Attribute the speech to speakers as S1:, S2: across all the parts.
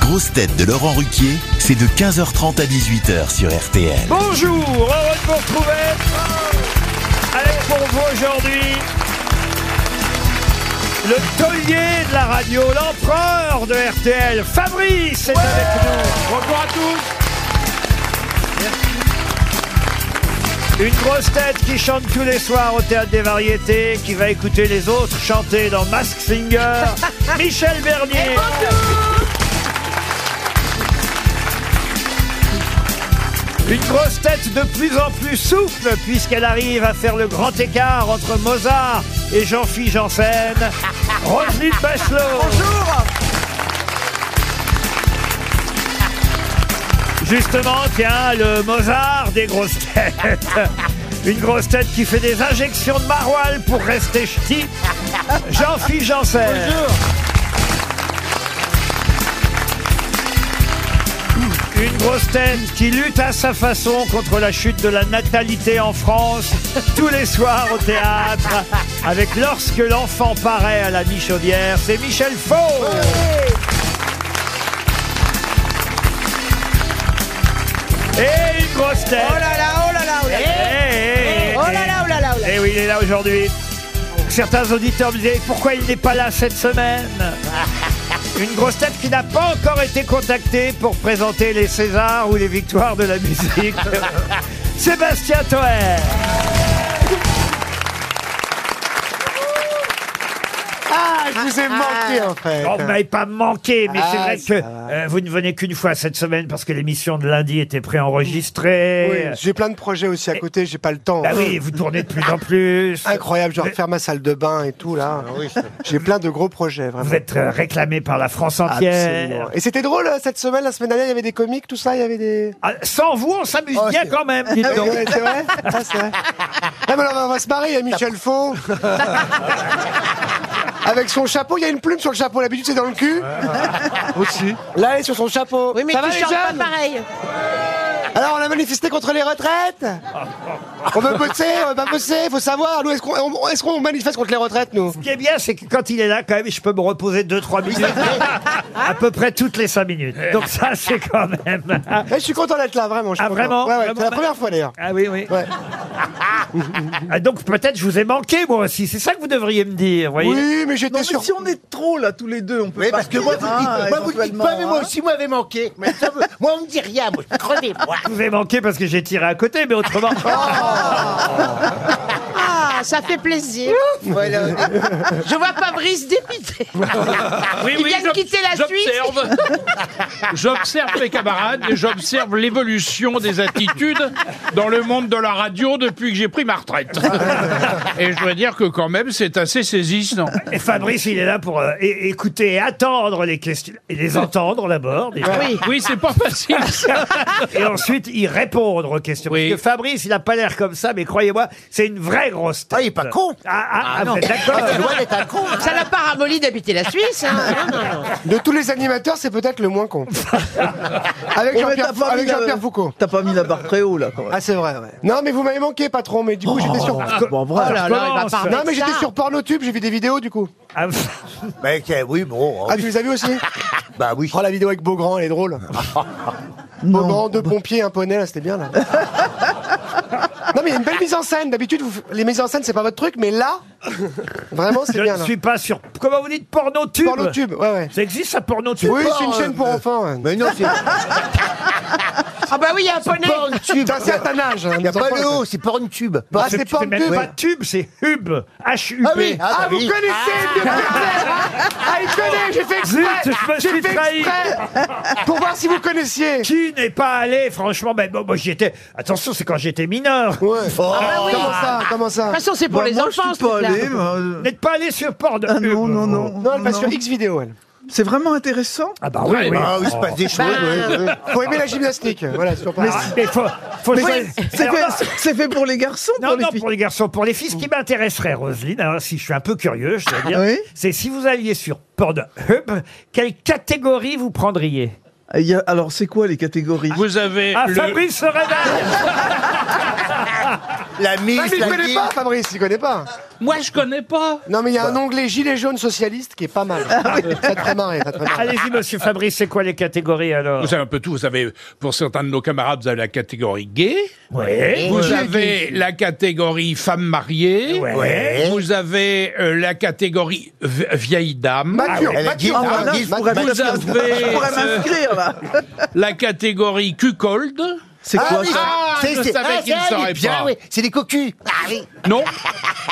S1: grosses têtes de Laurent Ruquier, c'est de 15h30 à 18h sur RTL.
S2: Bonjour, heureux de vous retrouver. Avec pour vous aujourd'hui le taulier de la radio, l'empereur de RTL, Fabrice est avec nous. Bonjour à tous. Une grosse tête qui chante tous les soirs au théâtre des variétés, qui va écouter les autres chanter dans Mask Singer, Michel Bernier. Une grosse tête de plus en plus souple, puisqu'elle arrive à faire le grand écart entre Mozart et Jean-Philippe Janssen. Roselyne Bachelot. Bonjour Justement, tiens, le Mozart des grosses têtes. Une grosse tête qui fait des injections de maroilles pour rester ch'ti. Jean-Philippe Janssen. Une grosse tête qui lutte à sa façon contre la chute de la natalité en France, tous les soirs au théâtre, avec Lorsque l'enfant paraît à la Michaudière, c'est Michel Faux. Et une grosse tête.
S3: Oh là là, oh là là, oh là là.
S2: Eh, eh, eh,
S3: Oh là là, oh là là, oh là là.
S2: Eh oui, il est là aujourd'hui. Certains auditeurs me disaient pourquoi il n'est pas là cette semaine. Une grosse tête qui n'a pas encore été contactée pour présenter les Césars ou les victoires de la musique. Sébastien Toer.
S4: Ah, je vous ai manqué en fait.
S2: On ne m'avait Oh, pas manqué, mais
S4: Ah,
S2: c'est vrai
S4: ça
S2: que
S4: va.
S2: euh, vous ne venez qu'une fois cette semaine parce que l'émission de lundi était préenregistrée.
S4: Oui, j'ai plein de projets aussi à côté, j'ai pas le temps.
S2: Bah oui, vous tournez de plus en plus.
S4: Incroyable, je vais refaire ma salle de bain et tout là.
S3: Ah
S4: J'ai plein de gros projets vraiment.
S2: Vous êtes euh, réclamé par la France entière.
S4: Absolument. Et c'était drôle euh, cette semaine, la semaine dernière, il y avait des comiques, tout ça, il y avait des.
S2: Ah, sans vous, on s'amuse
S4: Oh,
S2: bien
S4: c'est-
S2: quand même, dites donc.
S4: Ouais, c'est vrai Ah, c'est vrai. Ah, mais alors, on va se marrer, il y a Michel Faux. Avec son chapeau, il y a une plume sur le chapeau, l'habitude c'est dans le cul. Aussi. Là, elle est sur son chapeau.
S3: Oui, mais
S4: ça
S3: tu
S4: va les
S3: chantes pas
S4: jeunes
S3: Ah, pareil.
S4: Alors on a manifesté contre les retraites On veut bosser, on veut pas bosser, faut savoir. Nous, est-ce qu'on on- est-ce qu'on manifeste contre les retraites, nous
S2: Ce qui est bien, c'est que quand il est là, quand même, je peux me reposer 2-3 minutes. à peu près toutes les 5 minutes. Donc ça, c'est quand même... Ah,
S4: Eh, Je suis content d'être là, vraiment. je suis
S2: Ah,
S4: content.
S2: vraiment
S4: Ouais, ouais,
S2: Vraiment
S4: C'est la première fois, d'ailleurs.
S2: ah oui, oui.
S4: Ouais.
S2: Ah, donc peut-être je vous ai manqué, moi aussi. C'est ça que vous devriez me dire, voyez
S4: Oui, mais j'étais sûr.
S5: Si on est trop là tous les deux, on peut.
S6: Oui, parce que moi, vous dites, moi, vous dites pas, mais moi
S5: moi.
S6: aussi, moi, m'avez manqué. Mais ça, vous- hein. moi, on me dit rien, moi, je suis crevé, moi.
S2: Je vous ai manqué parce que j'ai tiré à côté, mais autrement...
S3: Ah, ça fait plaisir.
S6: Voilà.
S3: Je vois Fabrice dépité.
S7: Oui,
S3: Il vient de
S7: j'ob-
S3: quitter la
S7: j'observe. J'observe mes camarades et j'observe l'évolution des attitudes dans le monde de la radio depuis que j'ai pris ma retraite. Et je dois dire que quand même, c'est assez saisissant.
S2: Et Fabrice, il est là pour euh, é- écouter et attendre les questions, et les entendre d'abord, déjà.
S7: Oui, c'est pas facile. ça.
S2: et ensuite y répondre aux questions.
S7: Oui.
S2: Parce que Fabrice, il n'a pas l'air comme ça, mais croyez-moi, c'est une vraie grosse tête.
S6: Ah, il est pas con.
S2: Ah, ah, ah, vous êtes
S6: C'est
S2: d'accord
S6: loin d'être un con. hein.
S3: Ça l'a pas ramolli d'habiter la Suisse. hein. Non, non, non.
S4: De tous les animateurs, c'est peut-être le moins con. avec Jean-Pierre Fou- avec Jean-Pierre Foucault.
S5: T'as pas mis la barre très haut là quand même.
S4: Ah, c'est vrai, ouais. Oh. Non, mais vous m'avez manqué, patron, mais du coup, j'étais sur.
S2: Oh,
S5: Bon, vrai.
S4: Bah,
S3: là là, il va
S2: commence.
S3: parler
S4: Non, mais
S3: de
S4: j'étais
S3: ça.
S4: sur Pornotube, j'ai vu des vidéos, du coup.
S2: Ah,
S6: Bah, ok, oui, bon. hein.
S4: Ah, tu les as vues aussi
S6: Bah oui.
S4: Oh, la vidéo avec Beaugrand, elle est drôle. Beaugrand, deux pompiers, un poney, là, c'était bien, là. non, mais il y a une belle mise en scène. D'habitude, vous- les mises en scène, c'est pas votre truc, mais là, vraiment, c'est
S2: Je
S4: bien,
S2: ne
S4: là.
S2: suis pas sur. Comment vous dites porno tube
S4: Dans le tube, ouais, ouais.
S2: Ça existe ça Oh. porno tube
S4: Oui, c'est une chaîne pour enfants. ouais.
S6: Mais non, c'est
S3: Ah bah oui, il y a un poney.
S6: Pornotube.
S4: T'as un certain âge. hein,
S6: Il n'y a
S4: les enfants,
S6: pas le
S4: là.
S6: haut, c'est Bah, Pornotube.
S4: Ah, c'est
S2: C'est même
S4: Pornotube.
S2: pas tube, c'est hub. H U B.
S6: Ah oui,
S4: Ah,
S6: bah
S4: vous
S6: oui.
S4: connaissez le vieux pervers, hein Ah, il connaît, j'ai fait
S2: Zut, je
S4: exprès
S2: me
S4: J'ai
S2: suis
S4: fait
S2: trahi.
S4: exprès Pour voir si vous connaissiez
S2: Qui n'est pas allé, franchement, ben bon, moi j'y étais. Attention, c'est quand j'étais mineur. Vous
S4: Ouais.
S6: Oh.
S4: Comment ça Comment ça
S3: De toute façon, c'est pour
S5: Bah,
S3: les
S5: moi,
S3: enfants,
S5: je suis pas
S3: ce
S5: allé,
S3: truc-là.
S5: moi, euh,
S2: n'êtes pas allé sur porno
S5: Ah non, non, non.
S4: Non, elle passe
S5: non.
S4: sur X vidéo, elle.
S5: C'est vraiment intéressant.
S2: Ah bah oui, oui.
S6: Ah, oui, il se passe des choses. ouais, ouais.
S4: Faut aimer la gymnastique. Voilà, sur Paris.
S2: Ah, mais faut, faut
S5: C'est
S2: Alors,
S5: fait, c'est fait pour les garçons,
S2: Non,
S5: pour les
S2: non,
S5: filles.
S2: pour les garçons, pour les filles, ce qui m'intéresserait, Roselyne, alors si je suis un peu curieux, je dois dire,
S5: Ah Oui.
S2: c'est si vous alliez sur Pornhub, quelle catégorie vous prendriez
S7: Ah,
S5: Il y a- alors, c'est quoi les catégories
S7: Vous avez
S2: Ah,
S7: le,
S2: Fabrice se réveille
S6: La
S4: Ah,
S6: mise,
S4: mais il
S6: la
S4: connaît
S6: guille.
S4: pas, Fabrice, il connaît pas.
S7: Moi, je connais pas.
S4: Non, mais il y a un onglet Gilets jaunes socialistes qui est pas mal.
S6: Ah
S4: Ça te fait marrer, ça te fait marrer.
S2: Allez-y, monsieur Fabrice, c'est quoi les catégories alors
S7: Vous savez un peu tout. Vous savez, pour certains de nos camarades, vous avez la catégorie gay.
S2: Ouais.
S7: Vous avez la catégorie femme mariée.
S2: Ouais.
S7: Vous avez euh, la catégorie vi- vieille dame.
S4: Mature,
S6: Elle est
S4: mature,
S6: guide,
S4: voilà,
S6: hein, guide,
S4: mature.
S5: pourrais
S6: Bah,
S5: tout à
S7: vous
S5: fait-
S7: avez-
S5: je pourrais m'inscrire, là.
S7: La catégorie cuckold.
S5: C'est
S6: Ah
S5: quoi
S6: oui,
S5: ça
S7: Ah,
S6: c'est-
S7: je
S6: c'est-
S7: savais
S6: ah,
S7: qu'il
S6: ça,
S7: saurait
S6: il est bien,
S7: pas.
S6: oui. C'est des cocus. Ah oui.
S7: Non,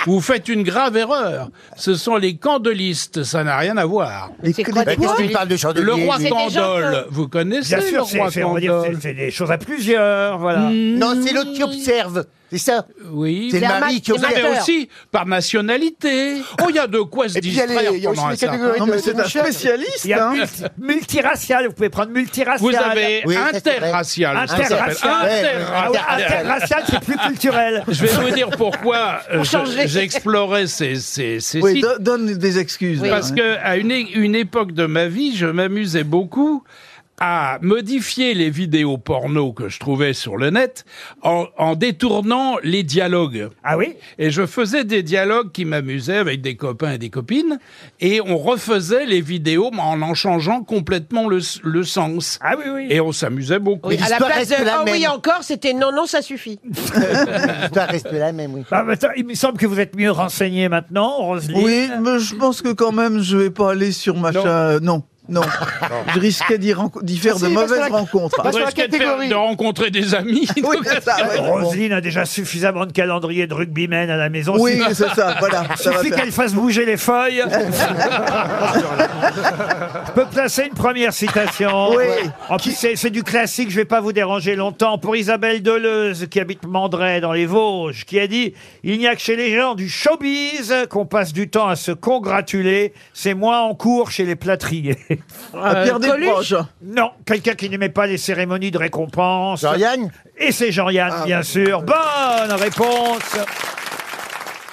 S7: vous faites une grave erreur. Ce sont les candelistes, ça n'a rien à voir.
S5: Les-
S3: C'est quoi
S6: Bah,
S5: les-
S6: Qu'est-ce que tu parles de chandelier
S7: Le roi
S6: lui
S3: des gens
S7: Candole,
S3: comme-
S7: vous connaissez
S2: Bien
S7: le
S2: sûr, c'est
S7: roi
S2: c'est- on va dire,
S7: Candole
S2: c'est- c'est des choses à plusieurs, voilà.
S5: Hmm.
S6: Non, c'est l'autre qui observe. C'est ça.
S7: Oui.
S6: C'est le mari qui
S7: Vous avez
S6: observe.
S7: aussi par nationalité. Oh, il y a de quoi se
S4: Et puis il y a,
S7: distraire
S4: les- il y a aussi
S7: pendant un
S4: les
S7: certain
S4: catégories
S5: Non,
S4: de-
S5: mais
S4: de
S5: c'est un
S4: Michel.
S5: spécialiste,
S2: Il y a
S5: hein.
S2: multi- multiracial, vous pouvez prendre multiracial.
S7: Vous avez
S6: Oui, ça, c'est vrai.
S7: interracial. ça s'appelle.
S2: Interracial. Ah ouais,
S7: Interracial.
S2: interracial, c'est plus culturel.
S7: Je vais vous dire pourquoi euh, je-
S3: changer.
S7: j'explorais ces, ces, ces
S5: Oui,
S7: sites.
S5: do- donne des excuses. là,
S7: Parce
S5: hein.
S7: que à une, é- une époque de ma vie, je m'amusais beaucoup à modifier les vidéos porno que je trouvais sur le net en, en détournant les dialogues.
S2: Ah oui
S7: Et je faisais des dialogues qui m'amusaient avec des copains et des copines, et on refaisait les vidéos mais en en changeant complètement le, s- le sens.
S2: Ah oui, oui.
S7: Et on s'amusait beaucoup.
S3: Oui, à la
S6: l'histoire
S3: place
S6: reste
S3: de
S6: la
S3: Ah oui,
S6: même.
S3: encore, c'était non, non, ça suffit.
S6: L'histoire reste la même, oui.
S2: Bah, mais attends, il me semble que vous êtes mieux renseigné maintenant, Roselyne.
S5: Oui, mais je pense que quand même, je vais pas aller sur machin. euh, Non, non. Je risquais d'y renco- d'y faire
S4: Ah,
S5: de
S4: si, parce que
S5: mauvaises
S4: la-
S5: rencontres.
S4: parce
S7: On
S4: sur la
S7: risquait de, faire-
S4: catégorie.
S7: de rencontrer des amis.
S5: Oui, c'est ça, ouais.
S2: Roselyne a déjà suffisamment de calendrier de rugbymen à la maison.
S5: Bon. Oui,
S2: Il
S5: c'est ça, voilà. ça va
S2: suffit
S5: faire.
S2: qu'elle fasse bouger les feuilles. Je peux placer une première citation.
S5: Oui.
S2: En plus, c'est c'est du classique, je vais pas vous déranger longtemps. Pour Isabelle Deleuze, qui habite Mandray dans les Vosges, qui a dit « Il n'y a que chez les gens du showbiz qu'on passe du temps à se congratuler. C'est moins en cours chez les plâtriers. »
S3: Euh,
S5: À Pierre Desproges.
S2: Non, quelqu'un qui n'aimait pas les cérémonies de récompense.
S6: Jean-Yann
S2: Et c'est Jean-Yann, bien sûr. Bonne réponse